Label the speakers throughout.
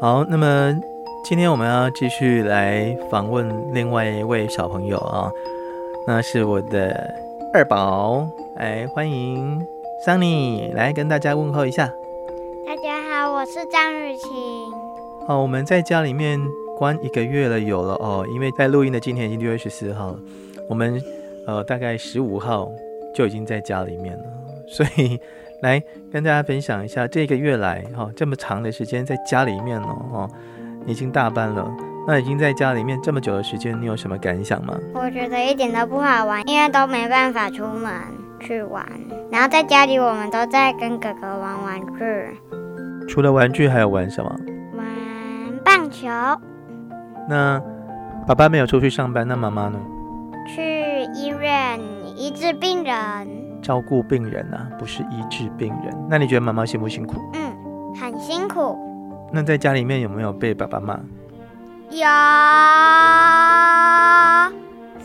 Speaker 1: 好，那么今天我们要继续来访问另外一位小朋友啊，那是我的二宝，哎，欢迎 Sunny 来跟大家问候一下。
Speaker 2: 大家好，我是张雨晴。
Speaker 1: 哦，我们在家里面关一个月了，有了哦，因为在录音的今天已经六月十四号了，我们呃大概十五号就已经在家里面了，所以来跟大家分享一下这个月来哈、哦、这么长的时间在家里面哦哦，你已经大班了，那已经在家里面这么久的时间，你有什么感想吗？
Speaker 2: 我觉得一点都不好玩，因为都没办法出门去玩，然后在家里我们都在跟哥哥玩玩具，
Speaker 1: 除了玩具还有玩什么？
Speaker 2: 玩棒球，
Speaker 1: 那爸爸没有出去上班，那妈妈呢？
Speaker 2: 去医院医治病人，
Speaker 1: 照顾病人啊，不是医治病人。那你觉得妈妈辛不辛苦？
Speaker 2: 嗯，很辛苦。
Speaker 1: 那在家里面有没有被爸爸骂？
Speaker 2: 有，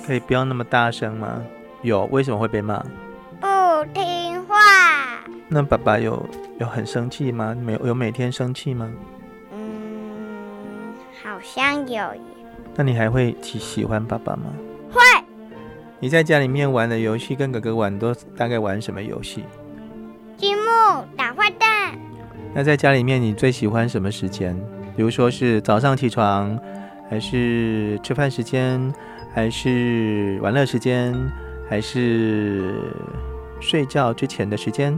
Speaker 1: 可以不要那么大声吗？有，为什么会被骂？
Speaker 2: 不听话，
Speaker 1: 那爸爸有有很生气吗？每有每天生气吗？
Speaker 2: 嗯，好像有耶，
Speaker 1: 那你还会喜喜欢爸爸吗？
Speaker 2: 会
Speaker 1: 你在家里面玩的游戏跟哥哥玩都大概玩什么游戏？
Speaker 2: 积木打坏蛋，
Speaker 1: 那在家里面你最喜欢什么时间？比如说是早上起床，还是吃饭时间，还是玩乐时间，还是睡觉之前的时间？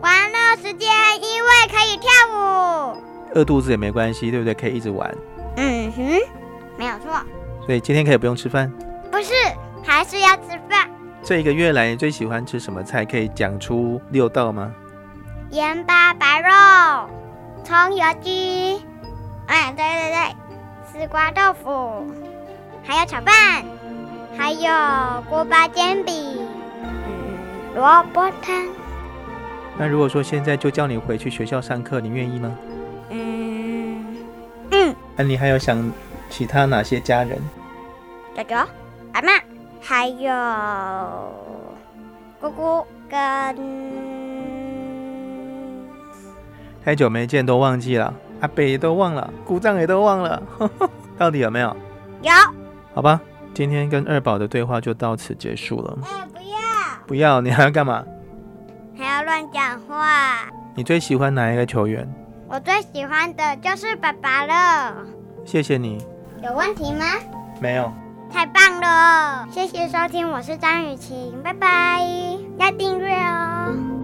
Speaker 2: 玩乐时间，因为可以跳舞。
Speaker 1: 饿肚子也没关系，对不对？可以一直玩，
Speaker 2: 嗯哼，没有错，
Speaker 1: 所以今天可以不用吃饭。
Speaker 2: 不是，还是要吃饭。
Speaker 1: 这一个月来，你最喜欢吃什么菜？可以讲出六道吗？
Speaker 2: 盐巴白肉，葱油鸡，哎，对对对，丝瓜豆腐，还有炒饭，还有锅巴煎饼，嗯，萝卜汤，
Speaker 1: 那如果说现在就叫你回去学校上课，你愿意吗？
Speaker 2: 嗯嗯，
Speaker 1: 那你还有想其他哪些家人？
Speaker 2: 舅舅、阿妈，还有姑姑跟
Speaker 1: 太久没见都忘记了，阿北也都忘了，鼓掌也都忘了， 到底有没有？
Speaker 2: 有。
Speaker 1: 好吧，今天跟二宝的对话就到此结束了。
Speaker 2: 哎，不要，
Speaker 1: 不要，你还要干嘛？
Speaker 2: 还要乱讲话。
Speaker 1: 你最喜欢哪一个球员？
Speaker 2: 我最喜欢的就是爸爸了。
Speaker 1: 谢谢你，
Speaker 2: 有问题吗？
Speaker 1: 没有。
Speaker 2: 太棒了！谢谢收听，我是张雨晴，拜拜，要订阅哦。